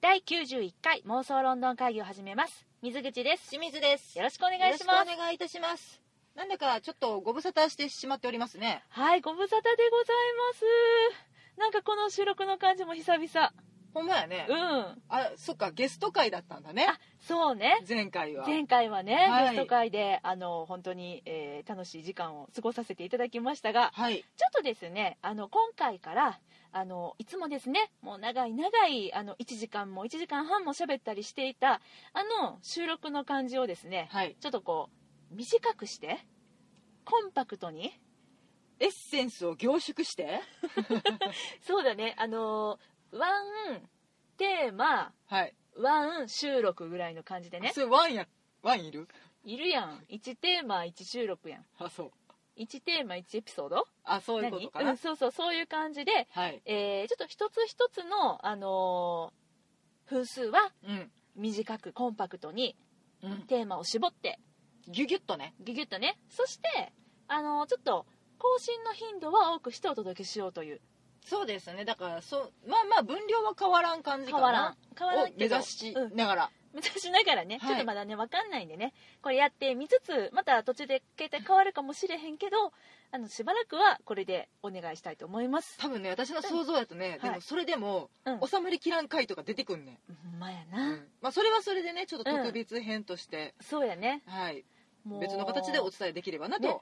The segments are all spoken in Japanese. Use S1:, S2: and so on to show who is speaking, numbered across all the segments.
S1: 第91回妄想ロンドン会議を始めます水口です
S2: 清水です。
S1: よ
S2: ろ
S1: ろしくお願いします
S2: お願いいたします。なんだかちょっとご無沙汰してしまっておりますね。
S1: はいご無沙汰でございますなんかこの収録の感じも久々
S2: ほんまやね。
S1: うん
S2: あ、そっか、ゲスト会だったんだね。
S1: あそうね
S2: 前回は。
S1: 前回はね、
S2: はい
S1: ゲスト会であの本当に、えー楽しい時間を過ごさせていただきましたが
S2: はい。
S1: ちょっとですねあの今回からあのいつもですねもう長い長いあの1時間も1時間半も喋ったりしていたあの収録の感じをですね
S2: はい。
S1: ちょっとこう短くしてコンパクトに
S2: エッセンスを凝縮して。
S1: そうだねあのワンテーマ
S2: はい。
S1: ワン収録ぐらいの感じでね
S2: それワンや、ワンいる
S1: いるやん1テーマ1収録やん
S2: あ、そう。
S1: 1テーマ1エピソード
S2: あ、そういうことかな。
S1: うん、そうそうそういう感じで、
S2: はい。
S1: えーちょっと一つ一つの、あのー分数は
S2: うん。
S1: 短くコンパクトに
S2: うん。
S1: テーマを絞って
S2: ギュギュッとね。
S1: ギュギュッとねそして、あのーちょっと更新の頻度は多くしてお届けしようという
S2: そうですね。だから、そう、まあまあ、分量は変わらん感じ
S1: 変
S2: か
S1: わらん
S2: な。
S1: 変わらん
S2: を目
S1: けど
S2: 指し
S1: うん
S2: ながら。
S1: 目指しながらね、
S2: はい
S1: ちょっとまだね分かんないんでねこれやってみつつまた途中で携帯変わるかもしれへんけどあのしばらくはこれでお願いしたいと思います
S2: 多分ね、私の想像だとね、
S1: うん
S2: で
S1: は
S2: も
S1: い
S2: それでも、
S1: うん
S2: 収まりきらん回とか出てくんね。
S1: ほんまやな、
S2: まあ、それはそれでねちょっと特別編として、
S1: そうやね
S2: はい、
S1: もう
S2: 別の形でお伝えできればなと、
S1: ね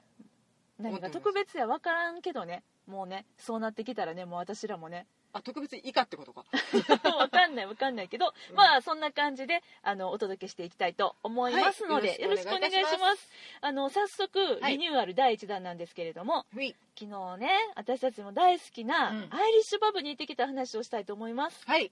S1: 何が特別や分からんけどねもうねそうなってきたらねもう私らもね
S2: あ特別以下ってことか
S1: 分かんない分かんないけど、
S2: うん
S1: まあそんな感じであのお届けしていきたいと思いますので、
S2: はい
S1: よ
S2: よ
S1: ろ
S2: ろ
S1: し
S2: し
S1: く
S2: く
S1: お
S2: お
S1: 願
S2: 願
S1: い
S2: い
S1: し
S2: し
S1: ま
S2: ます
S1: すあの早速
S2: はい
S1: リニューアル第1弾なんですけれども、
S2: はい
S1: 昨日ね私たちも大好きなア
S2: う
S1: イ
S2: ん
S1: リッシュパブに行ってきた話をしたいと思います、
S2: はい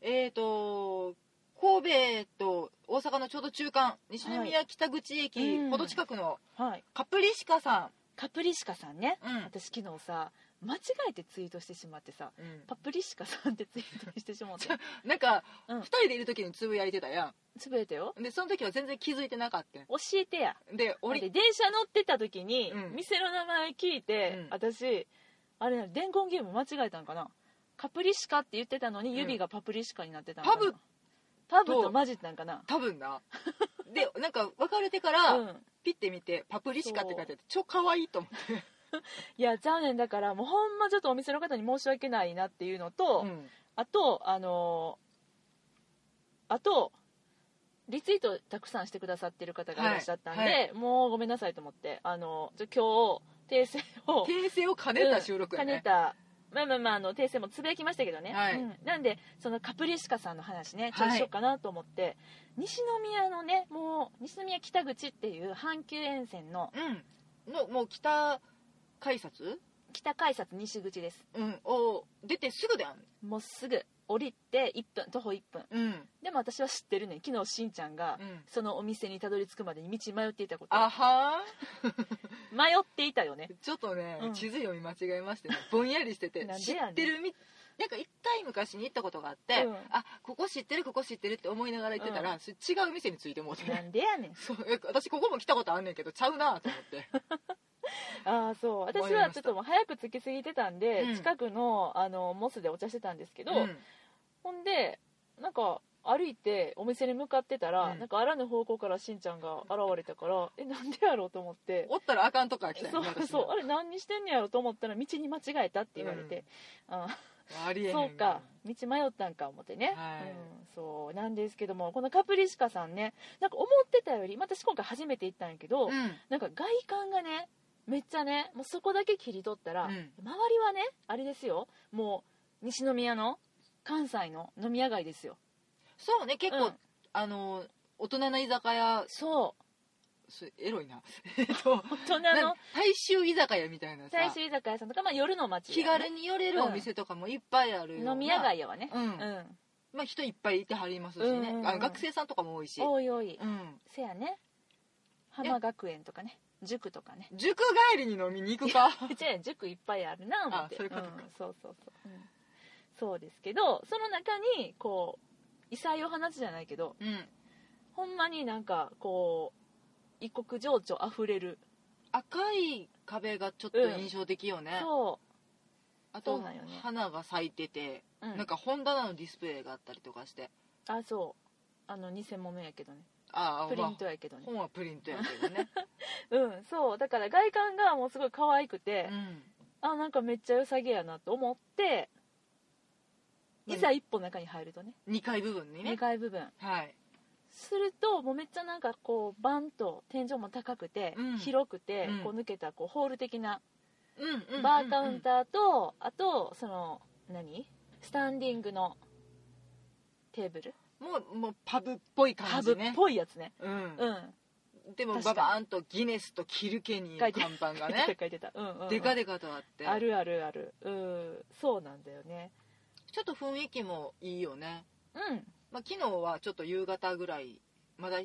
S2: えーと神戸と大阪のちょうど中間西宮北口駅ほど近くの
S1: はい、
S2: カプリシカさ
S1: カプリシカさんね
S2: ん、うん
S1: 私昨日さ間違えてツイートしてしまってさ
S2: うん
S1: パプリシカさんってツイートしてしまって
S2: なんか、
S1: う
S2: 二
S1: ん
S2: 2人でいる時につぶやいてたや
S1: つぶれたよ
S2: んでその時は全然気づいてなかった
S1: 教えてや
S2: で
S1: で
S2: 俺
S1: 電車乗ってた時に、
S2: うん
S1: 店の名前聞いて、
S2: うん
S1: 私あれな伝言ゲーム間違えたんかなカプリシカって言ってたのに指がパプリシカになってたんかな、
S2: パブ
S1: パブと混じったんかな
S2: 多 分なでなんか別れてから、
S1: うん
S2: ピッて見て「パプリシカ」って書いてあって超可愛いと思って、
S1: いやちゃうねんだからもうほんまちょっとお店の方に申し訳ないなっていうのと、
S2: うん
S1: あとあのーあとリツイートたくさんしてくださってる方がいらっしゃったんで、
S2: はいは
S1: もうごめんなさいと思ってあのちょ今日訂正 を
S2: 訂正を兼ねた収録や
S1: 兼ね
S2: ね、
S1: たまあまあまああの訂正もつぶやきましたけどね、
S2: はい
S1: うんなんでそのカプリシカさんの話ねちょっとしようかなと思って、西宮のねもう西宮北口っていう阪急沿線の
S2: うんのもう北改札、
S1: 北改札西口です
S2: うん、を出てすぐだよ、
S1: もうすぐ降りて1分徒歩1分
S2: うん
S1: でも私は知ってるね昨日しんちゃんが
S2: うん、
S1: そのお店にたどり着くまでに道迷っていたこと
S2: あは
S1: 迷っていたよ ね
S2: ーちょっとね、
S1: うん
S2: 地図読み間違えましてねぼんやりして て
S1: なんで
S2: 知
S1: やねん
S2: ってるみなんか一回昔に行ったことがあって、
S1: うん
S2: あここ知ってるここ知ってるって思いながら行ってたら、それ違う店についてもうて、
S1: なんでやねん
S2: そうえ私ここも来たことあんねんけどちゃうなと思って
S1: ああそう私
S2: 迷いま
S1: は
S2: した
S1: ちょっともう早く着きすぎてたんで、
S2: うん
S1: 近くのあのモスでお茶してたんですけど、
S2: うん
S1: ほんでなんか歩いてお店に向かってたら、
S2: うん
S1: なんかあらぬ方向からしんちゃんが現れたからえなんでやろうと思って
S2: おったらあかんとこから来た
S1: そ
S2: よ
S1: う
S2: ね私ね
S1: そうあれ何してんねやろと思ったら道に間違えたって言われて、あ
S2: ありえへん
S1: そうか
S2: な
S1: 道迷ったんか思ってね、
S2: はい
S1: うん、そうなんですけどもこのカプリシカさんねなんか思ってたよりまあ私今回初めて行ったんやけど、
S2: うん
S1: なんか外観がねめっちゃねもうそこだけ切り取ったら、
S2: うん
S1: 周りはねあれですよもう西宮の関西の飲み屋街ですよ
S2: そうね結構、
S1: うん
S2: あの大人の居酒屋
S1: そう
S2: それエロ いなえっと
S1: 大人
S2: な
S1: の
S2: ん大衆居酒屋みたいなさ
S1: 大衆居酒屋さんとか、まあ、夜の街、
S2: 気軽に寄れるお店とかもいっぱいあるような
S1: 飲み屋街やわね
S2: うん、
S1: うん、
S2: まあ人いっぱいいてはりますし
S1: うんうん
S2: ね、
S1: うん
S2: あの学生さんとかも多いし、
S1: おいおい、
S2: うん、
S1: せやね浜学園とかね塾とかね
S2: 塾帰りに飲みに行くか
S1: うちら塾いっぱいあるな思って
S2: あそういうことか
S1: んそうそうそう、うんそうですけどその中にこう異彩を放つじゃないけど
S2: うん
S1: ほんまになんかこう異国情緒あふれる、
S2: 赤い壁がちょっと印象的よね、
S1: そ
S2: あ
S1: そう
S2: と
S1: なんよね
S2: 花が咲いてて、
S1: う、うん
S2: なんか本棚のディスプレイがあったりとかして
S1: あそうあの偽物やけどね
S2: ああ
S1: プリント
S2: ま
S1: やけど
S2: あ
S1: ね、
S2: 本はプリントやけ どね
S1: うんそうだから外観がもうすごい可愛くて
S2: う、ん
S1: あなんかめっちゃ良さげやなと思って
S2: うん
S1: いざ一歩中に入るとね
S2: 2階部分に
S1: 2
S2: ね
S1: 階部分
S2: はい
S1: するともうめっちゃなんかこうバンと天井も高くて、
S2: うん
S1: 広くて、
S2: うん
S1: こう抜けたこうホール的な
S2: うんうんうん
S1: バーカウン
S2: ー
S1: ターと、あとその何スタンディングのテーブル
S2: もうもうパブっぽい
S1: ハブ
S2: 感じ
S1: っ
S2: ね
S1: ぽいやつね
S2: うん
S1: うん、
S2: でも
S1: 確か
S2: バ
S1: に
S2: バーンとギネスとキルケニーの看 板
S1: 書い
S2: が
S1: て
S2: ね
S1: た書いてたうんうんうん、
S2: でかでかとあって
S1: あるあるあるうんそうなんだよね
S2: ちょっと雰囲気もいいよね、
S1: うん
S2: まあ、昨日はちょっと夕方ぐらいまだ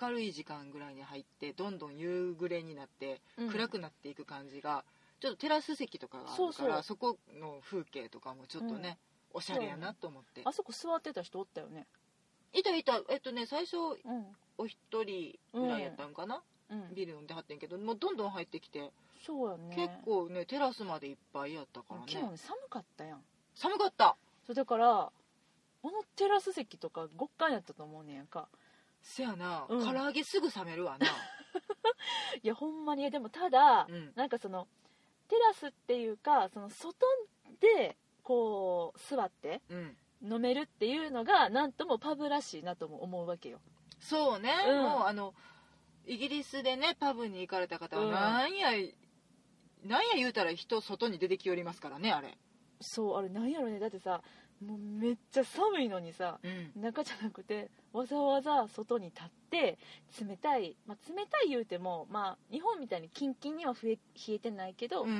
S2: 明るい時間ぐらいに入ってどんどん夕暮れになって
S1: うん
S2: 暗くなっていく感じが、ちょっとテラス席とかがあるから
S1: そう
S2: そ
S1: そう
S2: この風景とかもちょっとね、おしゃれやなと思って
S1: あそこ座ってた人おったよね
S2: いたいたえっとね最初
S1: うん
S2: お一人ぐらいやったんかな、
S1: うん
S2: ビール飲んではってんけどもうどんどん入ってきて、
S1: そうやね
S2: 結構ねテラスまでいっぱいやったから
S1: 昨日
S2: ね
S1: ね寒かったやん
S2: 寒かった
S1: そうだからあのテラス席とか極寒やったと思うねんやんか
S2: せやな、
S1: うん
S2: 唐揚げすぐ冷める わな
S1: いやほんまにいやでもただ、
S2: うん
S1: なんかそのテラスっていうかその外でこう座って
S2: うん
S1: 飲めるっていうのがなんともパブらしいなとも思うわけよ
S2: そうね、
S1: うん
S2: もうあのイギリスでねパブに行かれた方は、
S1: うん
S2: なんやなんや言うたら人外に出てきよりますからねあれ、
S1: そうあれなんやろねだってさもうめっちゃ寒いのにさ
S2: うん、
S1: 中じゃなくてわざわざ外に立って冷たい、まあ、冷たい言うても、まあ、日本みたいにキンキンには冷え冷えてないけど、ビー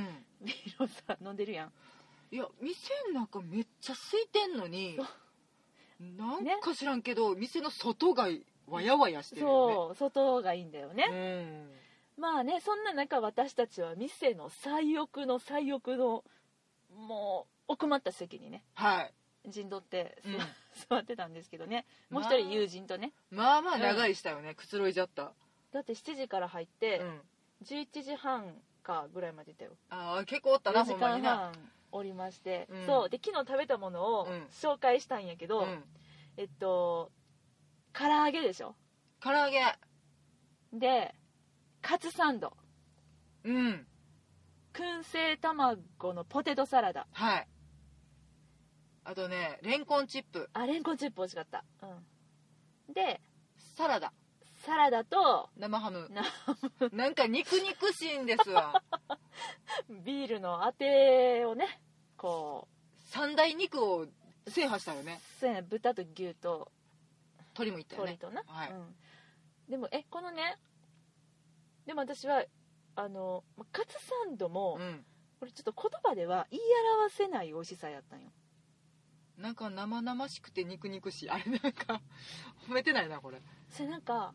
S1: ルをさ飲んでるやん
S2: いや店の中めっちゃ空いてんの に
S1: そう
S2: なんか知らんけど、店の外がわやわやしてるよ
S1: そう外がいいんだよね
S2: ね、うん
S1: まあねそんな中私たちは店の最奥の最奥のもう奥まった席にね
S2: はい、
S1: 陣取って、
S2: うん
S1: 座 ってたんですけどねもう一
S2: まあ
S1: 人友人とね、
S2: まあまあ長いしたよね、くつろいじゃった、
S1: だって7時から入っ
S2: う
S1: て、
S2: ん、
S1: 11時半かぐらいまでいたよ
S2: ああ結構おった
S1: 4
S2: な
S1: 時
S2: ほんま
S1: 間
S2: にな、
S1: 半おりまして、
S2: うん
S1: そうで昨日食べたものを
S2: うん
S1: 紹介したんやけ
S2: う
S1: ど、
S2: ん、
S1: えっと唐揚げでしょ
S2: 唐揚げ
S1: でカツサンド
S2: うん
S1: 燻製卵のポテトサラダ
S2: はいあとねレンコンチップ
S1: あレンコンチップ美味しかった、うん、で
S2: サラダ
S1: サラダと
S2: 生ハム
S1: 生
S2: なんか肉肉しいんで すわ
S1: ビールのあてをねこ
S2: 三大肉を制覇したよ
S1: う
S2: ね
S1: そうやね豚と牛と
S2: 鶏もいったよ
S1: 鶏
S2: ね
S1: とな、
S2: はい
S1: うん、でもえこのねでも私はあのまカツサンドも、
S2: うん
S1: これちょっと言葉では言い表せない美味しさやったんよ
S2: なんか生々しくて肉肉しいあれなんか褒めてないなこれ
S1: それなんか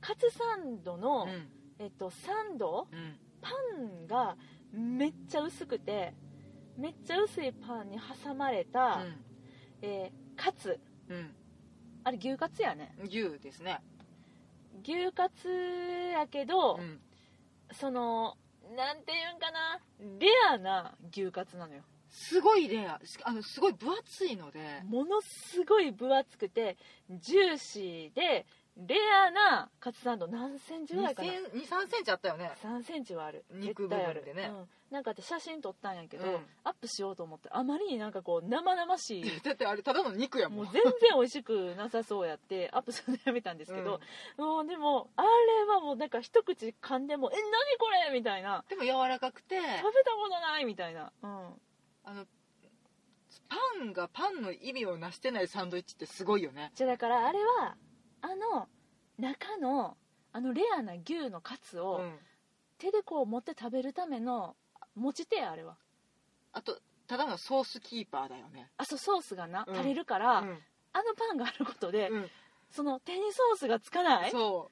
S1: カツサンドの、
S2: うん
S1: えっと、サンド
S2: うん
S1: パンがめっちゃ薄くてめっちゃ薄いパンに挟まれた、えーカツ
S2: うん
S1: あれ牛カツやね
S2: うん牛ですね
S1: 牛カツやけど、
S2: うん
S1: そのなんていうんかなレアな牛カツなのよ
S2: すごいレアしあのすごい分厚いので
S1: ものすごい分厚くてジューシーでレアなカツサンド何センチぐらいかな
S2: 23センチあったよね
S1: 3センチはある
S2: 肉部分で
S1: 絶
S2: ね
S1: 対あるうん、なんかって写真撮ったんやけど、
S2: うん
S1: アップしようと思ってあまりになんかこう生々しい
S2: だってあれただの肉やも
S1: も
S2: ん
S1: う全然美味しくなさそうやってアップするのやめたんですけど、もうでもあれはもうなんか一口噛んでも「え何これ!」みたいな
S2: でも柔らかくて
S1: 「食べたことない!」みたいな、うん、
S2: あのパンがパンの意味をなしてないサンドイッチってすごいよね
S1: じゃあだからあれはあの中のあのレアな牛のカツ
S2: う
S1: を
S2: ん
S1: 手でこう持って食べるための持ち手やあれは
S2: あとただのソースキーパーだよね
S1: あそうソースがな
S2: うん
S1: 垂れるから、
S2: うん
S1: あのパンがあることで、
S2: うん
S1: その手にソースがつかない
S2: そ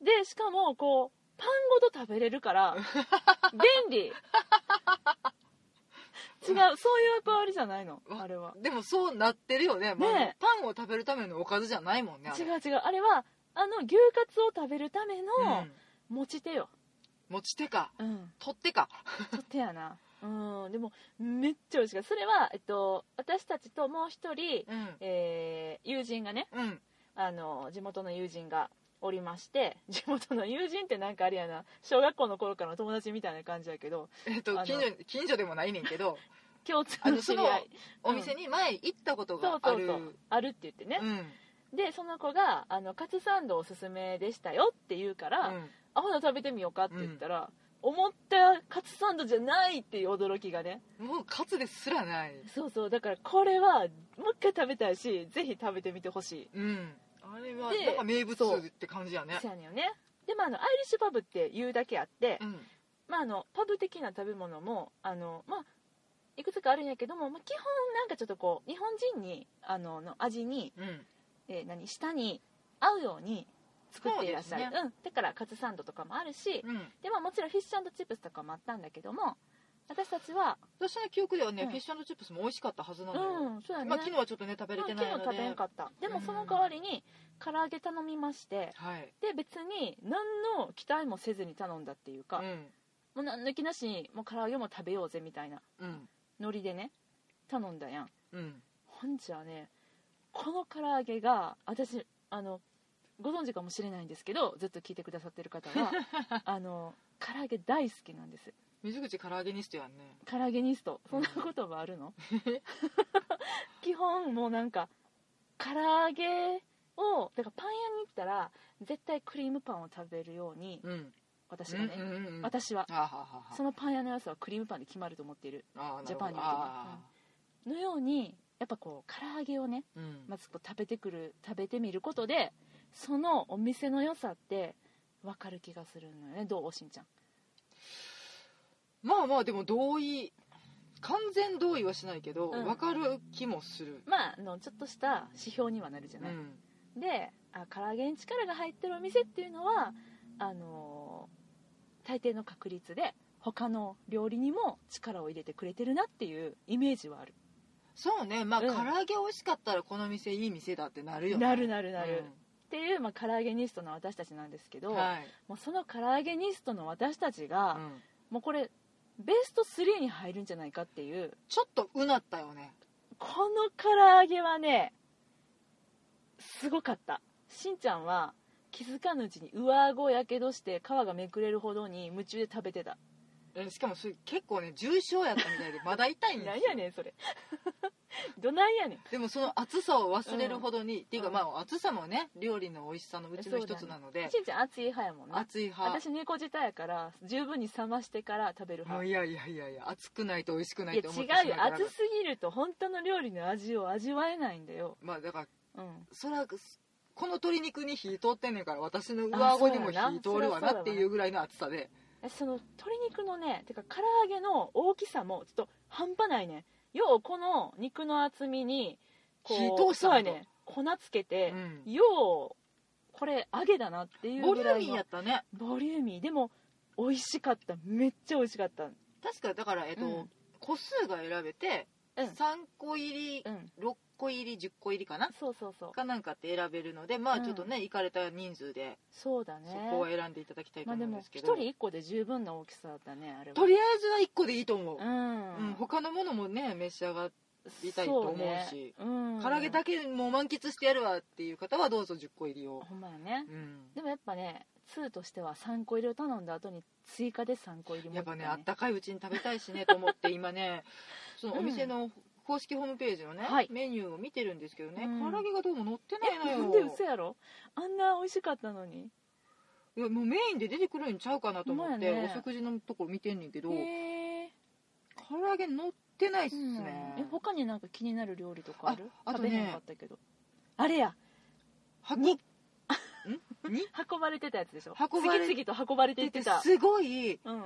S1: でしかもこうパンごと食べれるから 便利 違うそういう役割じゃないの
S2: わ
S1: あれは
S2: うでもそうなってるよねもう
S1: ね
S2: パンを食べるためのおかずじゃないもんねあ
S1: 違
S2: れ
S1: う違うあれはあの牛カツを食べるための
S2: ん
S1: 持ち手よ、
S2: 持ち手か
S1: うん、
S2: 取っ手か
S1: とてやなうんでもめっちゃ美味しかったそれは、えっと、私たちともう一人、
S2: うん
S1: ええー友人がね
S2: うん
S1: あの地元の友人がおりまして地元の友人ってなんかあれやな小学校の頃からの友達みたいな感じやけど
S2: えっ
S1: あ
S2: と
S1: の
S2: 近所近所でもないねんけど
S1: 共通
S2: あ
S1: の
S2: の
S1: 知
S2: そ
S1: り
S2: の
S1: 合い
S2: お店に前行ったこと
S1: そ
S2: が
S1: う
S2: あ
S1: そう
S2: る
S1: そうあるって言ってね
S2: う、ん
S1: でその子があの「カツサンドおすすめでしたよ」って言うから「
S2: うん
S1: あほな食べてみようか」って言ったら、思ったカツサンドじゃないっていう驚きがね
S2: もうカツですらない
S1: そうそうだからこれはもう一回食べたいしぜひ食べてみてほしい
S2: うんあれは
S1: で
S2: なんか名物
S1: そう
S2: って感じやね
S1: そうやねんよねでまああのアイリッシュパブって言うだけあって、
S2: うん
S1: まあ、あのパブ的な食べ物もあの、まあ、いくつかあるんやけども、まあ、基本なんかちょっとこう日本人にあのの味に、
S2: うん
S1: えー何舌に合うように作っていらっしゃる
S2: そう
S1: う、
S2: で
S1: ん、だからカツサンドとかもあるし、
S2: うん
S1: でまあ、もちろんフィッシュチップスとかもあったんだけども私たちは
S2: 私の記憶ではね
S1: うん
S2: フィッシュチップスも美味しかったはずなのよ
S1: うんそうやね、
S2: まあ昨日はちょっとね食べれ
S1: うん
S2: て
S1: 昨
S2: ない
S1: 日
S2: ので
S1: 食べんかったでも
S2: うん
S1: その代わりに唐揚げ頼みまして
S2: はい
S1: で別に何の期待もせずに頼んだっていうか、もう
S2: うん
S1: 何の気なしにもう唐揚げも食べようぜみたいな
S2: うん
S1: ノリでね頼んだやん
S2: うん
S1: ほんじゃねこの唐揚げが私あのご存知かもしれないんですけどずっと聞いてくださってる方 はあの唐揚げ大好きなんです
S2: 水口唐揚げにしてやんね
S1: 唐揚げニストそんな言葉ある の基本もうなんか唐揚げをだからパン屋に行ったら絶対クリームパンを食べるように
S2: うん
S1: 私はね、
S2: うんうんうん
S1: 私は
S2: あははは
S1: そのパン屋の良さはクリームパンで決まると思っている
S2: あーなるほど
S1: ジャパンにおいてね
S2: あ
S1: のようにやっぱこう唐揚げをね
S2: ーうん
S1: まずこう食べてくる食べてみることでそのお店の良さって分かる気がするのよねどうおしんちゃん
S2: まあまあでも同意完全同意はしないけど、
S1: うん
S2: 分かる気もする、
S1: まああのちょっとした指標にはなるじゃ
S2: う
S1: ない、
S2: ん、
S1: であ唐揚げに力が入ってるお店っていうのはあのー大抵の確率で他の料理にも力を入れてくれてるなっていうイメージはある
S2: そうねまあ、
S1: うん
S2: 唐揚げ美味しかったらこの店いい店だってなるよね
S1: なるなるなる、っていう、まあ、唐揚げニストの私たちなんですけ
S2: う
S1: ど、
S2: んはい、
S1: もうその唐揚げニストの私たちが、
S2: うん
S1: もうこれベスト3に入るんじゃないかっていう
S2: ちょっとうなったよね
S1: この唐揚げはねすごかったしんちゃんは気づかぬうちに上顎やけどして皮がめくれるほどに夢中で食べてた
S2: えしかもそれ結構ね重症やったみ たいでまだ痛いんですよ
S1: なんやねん それどないやねん
S2: でもその暑さを忘れるほどに、っていうか
S1: うん
S2: まあ暑さもね料理の美味しさのうちの一つなので、
S1: しんちゃん熱い派やもんね
S2: 暑い派
S1: 私猫舌やから十分に冷ましてから食べる
S2: もう
S1: 派
S2: いやいやいやいや暑くないと美味しくないい
S1: や
S2: って思ってしま
S1: 違う
S2: う
S1: よ
S2: から
S1: 熱すぎると本当の料理の味を味わえないんだよ
S2: まあだから
S1: うん
S2: そらくこの鶏肉に火通ってんねんから私の上顎にも火通るわなっていうぐらいの厚さで
S1: その鶏肉のねてか唐揚げの大きさもちょっと半端ないねようこの肉の厚みに
S2: 火通した
S1: そう
S2: の
S1: やね粉つけて、
S2: うん
S1: ようこれ揚げだなっていう
S2: ボリ
S1: ぐ
S2: ュ
S1: ら
S2: ー
S1: い
S2: ミーや
S1: の
S2: ったね
S1: ボリューミーでも美味しかっためっちゃ美味しかった
S2: 確かだからえっと、
S1: うん
S2: 個数が選べて、
S1: うん
S2: 3個入り
S1: うん
S2: 6個入り10個入りかな
S1: そうそうそう
S2: かなんかって選べるのでまあ
S1: うん
S2: ちょっとね、行かれた人数で
S1: そうだね
S2: そこを選んでいただきたいと
S1: まあ
S2: 思
S1: で
S2: うん
S1: も
S2: です
S1: 一
S2: けど、
S1: 人一個で十分な大きさだったねあれは
S2: とりあえずは1個でいいと思う、
S1: う
S2: うん
S1: ん、
S2: 他のものもね召し上がってりたい
S1: そう
S2: と思う
S1: ね
S2: し
S1: うん、
S2: 唐揚げだけもう満喫してやるわっていう方はどうぞ10個入りを、
S1: ほんまやね
S2: うん、
S1: でもやっぱね2としては3個入りを頼んだ後に追加で3個入りも行
S2: やったぱねあったかいうちに食べたいしねと思って 今ねそのお店の公式ホームページのね、
S1: はい
S2: メニューを見てるんですけどね、
S1: うん
S2: 唐揚げがどうも載って
S1: え
S2: な
S1: な
S2: いの
S1: んで
S2: よ
S1: 嘘やろあんな美味しかったのに
S2: いやもうメインで出てくるんちゃうかなと思って、
S1: ほんまやね
S2: お食事のところ見てんねんけど、
S1: へえ
S2: 唐揚げ載ってないっす
S1: うん
S2: ね、
S1: え他になんか気になる料理とかある
S2: ああと
S1: 食べ
S2: ね
S1: へんかったけどあれや
S2: 箱
S1: に
S2: んに
S1: 運ばれてたやつでしょ
S2: 運ばれ
S1: 次々と運ばれていってた
S2: すごい
S1: うん、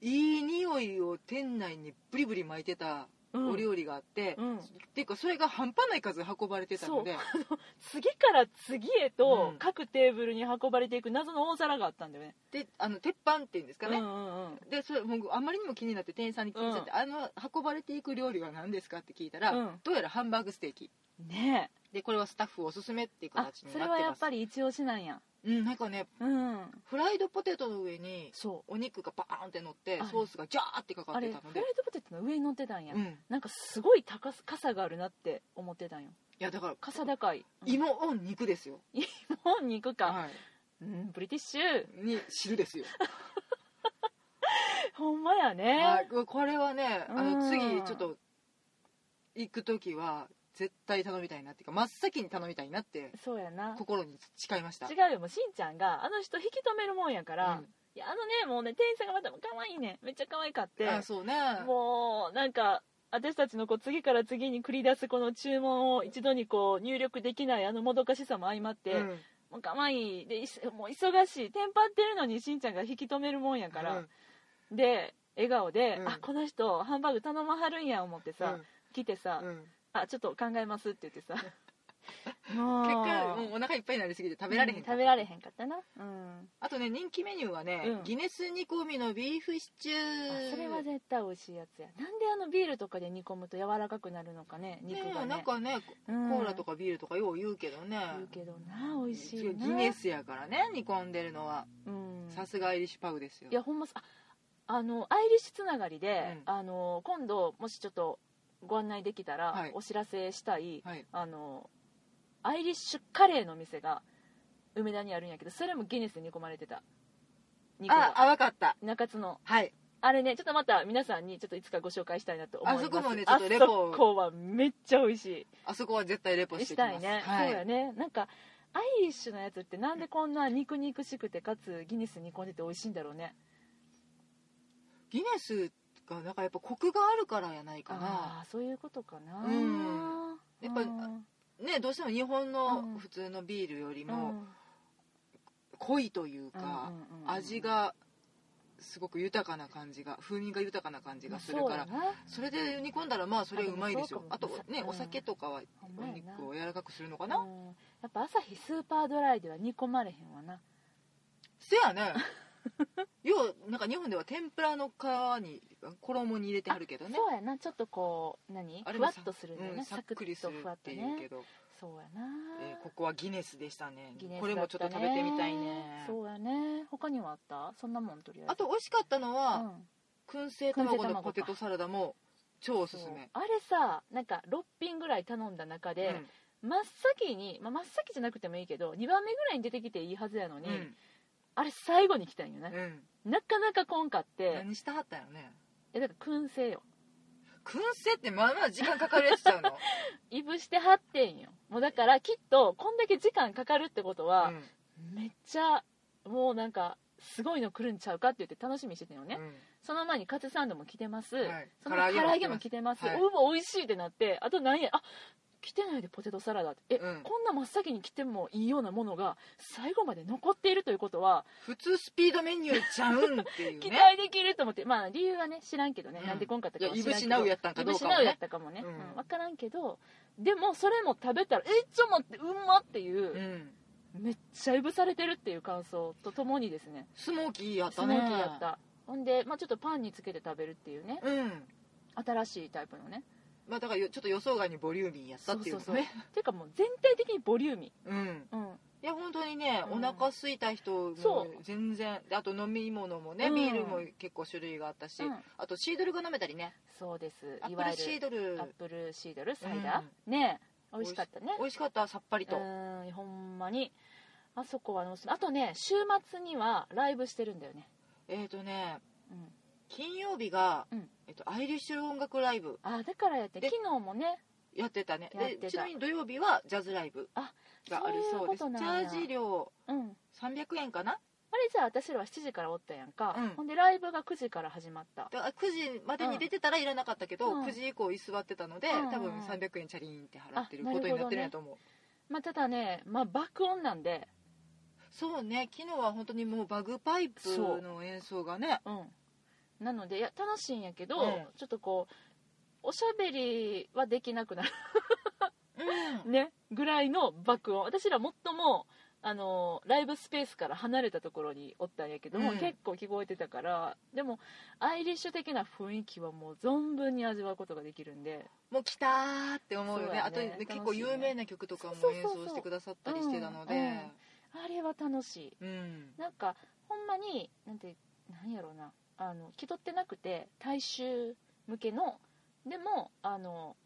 S2: いい匂いを店内にブリブリ巻いてた
S1: うん
S2: お料理があって、
S1: うん
S2: っていうかそれが半端ない数運ばれてたので
S1: 次から次へと
S2: うん
S1: 各テーブルに運ばれていく謎の大皿があったんだよね
S2: であの鉄板っていうんですかね、
S1: うんうんうん
S2: でそれもうあまりにも気になって店員さんに聞いちゃって、あの運ばれていく料理は何ですかって聞いたら、
S1: うん
S2: どうやらハンバーグステーキ
S1: ね
S2: でこれはスタッフおすすめっていう
S1: あ
S2: 形に
S1: そ
S2: な
S1: れ
S2: っ
S1: は
S2: て
S1: や
S2: ま
S1: っ
S2: す
S1: ぱり一押しなんや
S2: うん、なんかね
S1: うん
S2: フライドポテトの上に
S1: そ
S2: お肉がバーンって乗って
S1: あれ
S2: ソースがジャーってか
S1: う
S2: か
S1: あ
S2: って
S1: れ
S2: た
S1: フ
S2: の
S1: ラ
S2: で
S1: イドポテトの上に乗ってたんや、
S2: うん、い
S1: なんかすごい高さ傘があるなって思ってたんよ
S2: やだから
S1: 傘高い、うん、
S2: 芋オン肉ですよ、
S1: 日本に行くか、
S2: は
S1: うん、ブリティッシュ
S2: い、に汁ですよ、
S1: ほんまやね、
S2: はい、これはねあ
S1: う
S2: の
S1: ん
S2: 次ちょっと行く時は絶対頼みたいなっていうか真っ先に頼みたいなって
S1: そうやな
S2: 心に誓いまし
S1: 違
S2: た
S1: うよもうしんちゃんがあの人引き止めるもんやから、
S2: うん
S1: いやあのねもうね店員さんがまた可愛いねめっちゃ可愛かって
S2: あそうね
S1: もうなんか私たちのこう次から次に繰り出すこの注文を一度にこう入力できないあのもどかしさも相まって、
S2: うん
S1: もう可愛いでいしもう忙しいテンパってるのにしんちゃんが引き止めるもんやから、で笑顔で、
S2: うん
S1: あこの人ハンバーグ頼まはるんや思ってさ、来てさ、
S2: うんうん
S1: あちょっと考えますって言ってさ 結
S2: 結果もうお腹いっぱいになりすぎて食べられへんかった
S1: 食べられへんかったなうん
S2: あとね人気メニューはね、
S1: うん
S2: ギネス煮込みのビーフシチュ
S1: あ
S2: ー
S1: それは絶対美味しいやつやなんであのビールとかで煮込むと柔らかくなるのかね肉
S2: ね
S1: がね
S2: なんかね
S1: コ
S2: コーラと
S1: か
S2: かビールとかよう言うけどね、
S1: 言うけどな美味しいな
S2: ギネスやからね煮込んでるのは
S1: うん
S2: さすがアイリッシュパグですよ
S1: いやほんまさああのアイリッシュつながりで、
S2: うん
S1: あの今度もしちょっとご案内できたら、
S2: はい
S1: お知らせしたい
S2: はい
S1: あのアイリッシュカレーの店が梅田にあるんやけどそれもギネスで煮込まれてた肉
S2: あ
S1: が
S2: あわかった
S1: 中津の
S2: はい
S1: あれねちょっとまた皆さんにちょっといつかご紹介したいなと思います
S2: あそこもねちょっとレポを
S1: あそこはめっちゃ美味しい
S2: あそこは絶対レポして
S1: し
S2: きま
S1: たい
S2: す
S1: ね、
S2: はい
S1: そうやねなんかアイリッシュのやつってなんでこんな肉肉しくてかつギネス煮込んでて美味しいんだろうね
S2: ギネスがなんかやっぱコクがあるからやないかな
S1: ああそういうことかな
S2: うんやっぱ
S1: うん
S2: ねどうしても日本
S1: うん
S2: の普通のビールより
S1: う
S2: も
S1: ん
S2: 濃いという
S1: う
S2: か
S1: んうんうんうん
S2: 味がすごく豊かな感じが風味が豊かな感じがするから
S1: まあ
S2: それで煮込んだらまあそれうまいですよ
S1: あ
S2: あ
S1: で
S2: と
S1: もそうかも
S2: ね
S1: うん
S2: お酒とかは
S1: そうやなほん
S2: お
S1: まやな
S2: 肉を柔らかくするのか
S1: う
S2: なん
S1: やっぱ朝日スーパードライでは煮込まれへんわな
S2: せ やね要はなんか日本では天ぷらの皮に衣に入れてあるけどね
S1: そうやなちょっとこう何
S2: あれ
S1: ふわ
S2: も
S1: っ
S2: さ
S1: とするんだよ
S2: う
S1: ね
S2: んさっくりする
S1: サクッとふわ
S2: っ
S1: ってと
S2: いうけ
S1: ね
S2: ど
S1: そうやな
S2: えーここはギネスでしたね
S1: ギネスだたね
S2: これもちょっと食べてみたいね
S1: そうやね他にはあったそんなもんとりあえず
S2: あと美味しかったのは、
S1: うん
S2: 燻製
S1: 燻製
S2: 卵
S1: 卵か
S2: のポテトサラダも超おすす
S1: そう
S2: め
S1: あれさなんか6品ぐらい頼んだ中で、真っ先に、まあ、真っ先じゃなくてもいいけど2番目ぐらいに出てきていいはずやの
S2: う
S1: に、
S2: ん、うん
S1: あれ最後に来たんよね、
S2: うん
S1: なかなかこんかって
S2: 何したはったよね
S1: えだから燻製よ
S2: 燻製ってまあまあ時間かかるやつちゃ うの、
S1: いぶしてはってんよもうだからきっとこんだけ時間かかるってことは
S2: う、ん
S1: めっちゃもうなんかすごいの来るんちゃうかって言って楽しみにしてたんよね、その前にカツサンドも来てます、
S2: はい
S1: その
S2: 唐揚げ
S1: 唐
S2: も
S1: 揚げも来てます、
S2: はい
S1: おうわ美味しいってなってあと何やあ来てないでポテトサラダってえ、
S2: うん
S1: こんな真っ先に来てもいいようなものが最後まで残っているということは
S2: 普通スピードメニューちゃうんっていうね
S1: 期待できると思って、まあ理由はね知らんけどね、
S2: うん
S1: なんでこんかった
S2: い
S1: か
S2: や
S1: はい知
S2: ぶ
S1: らん
S2: し
S1: け
S2: な
S1: ど
S2: うやったんか
S1: い
S2: ど
S1: ぶ
S2: う
S1: し
S2: か
S1: な
S2: は
S1: うやっ
S2: ね
S1: たかもね、
S2: う
S1: うんん分からんけどでもそれも食べたらえちょ待ってうんまっていう
S2: う、ん
S1: めっちゃいぶされてるっていう感想とともにですね
S2: スモーキーやっ
S1: ス
S2: た
S1: モ
S2: ね
S1: ーキーやったほんで、まあ、ちょっとパンにつけて食べるっていうね
S2: うん
S1: 新しいタイプのね
S2: まあだからよちょっと予想外にボリューミーやったっていうかね
S1: そうそうっていうかもう全体的にボリューミ
S2: うん
S1: ー、うん、
S2: いや本当にね、
S1: うん
S2: お腹空いた人
S1: そ
S2: も
S1: う
S2: 全然であと飲み物もね、
S1: うん
S2: ビールも結構種類があったし、
S1: うん
S2: あとシードルが飲めたりね
S1: そうです
S2: ア
S1: い
S2: ップ
S1: わ
S2: ル
S1: ゆ
S2: シー
S1: る
S2: ドル
S1: アップルシードルサイダー、ねえ美味しかったね
S2: 美味しかったさっぱり
S1: う
S2: と、
S1: ーんほんまにあそこはのあとね週末にはライブしてるんだよね、
S2: えっ、とね
S1: うん、
S2: 金曜日が、
S1: うん
S2: えっとアイリッシュ音楽ライブ
S1: あだからやって
S2: で
S1: 昨日もね
S2: やってたね
S1: やって
S2: で
S1: た
S2: ちなみに土曜日はジャズライブ
S1: あ
S2: があるそうです
S1: そういうこと
S2: チ
S1: なん
S2: ャ
S1: や
S2: ージ料
S1: うん
S2: 300円かな
S1: あれじゃあ私らは7時からおったやんか、
S2: うん
S1: ほんでライブが9時から始まった
S2: だから9時までに出てたらいらなかったけど、
S1: うん
S2: 9時以降居座ってたので、
S1: うん
S2: 多分300円チャリンって払ってることになってるんやと思う、
S1: まあただね、まあ、爆音なんで
S2: そうね昨日は本当にもうバグパイプの演奏がね
S1: うん、なのでいや楽しいんやけど、
S2: うん
S1: ちょっとこうおしゃべりはできなくなる
S2: うん
S1: ねぐらいの爆音私らもっともあのライブスペースから離れたところにおったんやけども、
S2: うん
S1: 結構聞こえてたからでもアイリッシュ的な雰囲気はもう存分に味わうことができるんで
S2: もう来たーって思うよ
S1: そう
S2: ね
S1: やね
S2: あとね
S1: 楽しいね
S2: 結構有名な曲とかも
S1: そう
S2: 演
S1: そうそうそう
S2: 奏してくださったりしてたので
S1: あれは楽しい
S2: うん、
S1: なんかほんまになんてなんやろうなあの気取ってなくて大衆向けのでもあの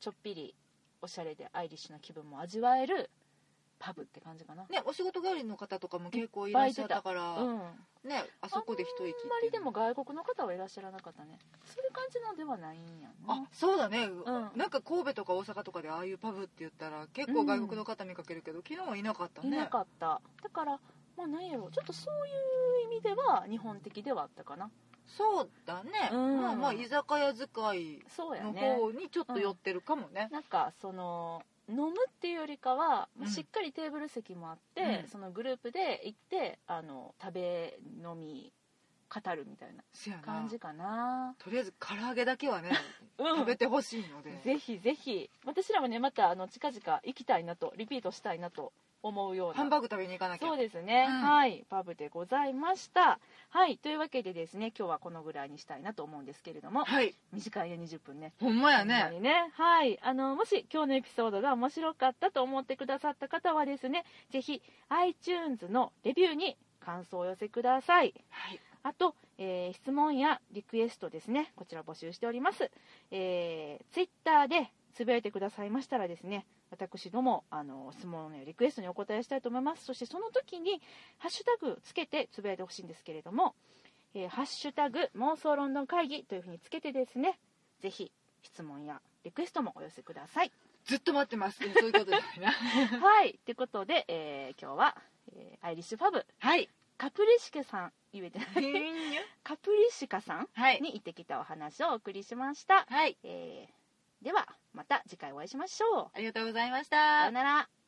S1: ちょっぴりおしゃれでアイリッシュな気分も味わえるパブって感じかな、
S2: ねお仕事帰りの方とかも結構いらっしゃったから
S1: うんあん
S2: ねあそこで一息っていう
S1: まりでも外国の方はいらっしゃらなかったねそういう感じのではないんやな
S2: あそうだね、
S1: ん
S2: なんか神戸とか大阪とかでああいうパブって言ったら結構外国の方見かけるけど、昨日はいなかった
S1: い
S2: ね
S1: なかっただからまあ何やろうちょっとそういう意味では日本的ではあったかな
S2: そうだね、
S1: うん
S2: まあまあ居酒屋使い
S1: そうや
S2: の
S1: ね
S2: 方にちょっと寄ってるかもね、
S1: なんかその飲むっていうよりかは、もう
S2: うん
S1: しっかりテーブル席もあって、
S2: うん
S1: そのグループで行ってあの食べ飲み語るみたいな
S2: せやな
S1: 感じかな、
S2: とりあえず唐揚げだけは ね
S1: うん
S2: 食べてほしいので、
S1: ぜひぜひ私らもねまたあの近々行きたいなとリピートしたいなと思うような
S2: ハンバーグ食べに行かなきゃ
S1: そうですね、
S2: うん
S1: はいパブでございましたはいというわけでですね今日はこのぐらいにしたいなと思うんですけれども
S2: はい
S1: 短いね20分ね
S2: ほんまや
S1: ほんま
S2: ね
S1: にねはいあのもし今日のエピソードが面白かったと思ってくださった方はですねぜひ iTunes のレビューに感想をお寄せください
S2: はい
S1: あと、えー質問やリクエストですねこちら募集しております、えー、Twitter でつぶやいてくださいましたらですね私どもあの質問やリクエストにお答えしたいと思いますそしてその時にハッシュタグつけてつぶやいてほしいんですけれども「えーハッシュタグ妄想ロンドン会議」というふうにつけてですねぜひ質問やリクエストもお寄せください。
S2: ずっと待って ますいやそういうことじゃないな
S1: はいということで、えー今日は、えーアイリッシュファブ
S2: はい
S1: カプリシケさん言えてないカプリシカさん
S2: はい
S1: に行ってきたお話をお送りしました、
S2: はい
S1: えーではまた次回お会いしましょう
S2: ありがとうございまし
S1: さよ
S2: た
S1: うなら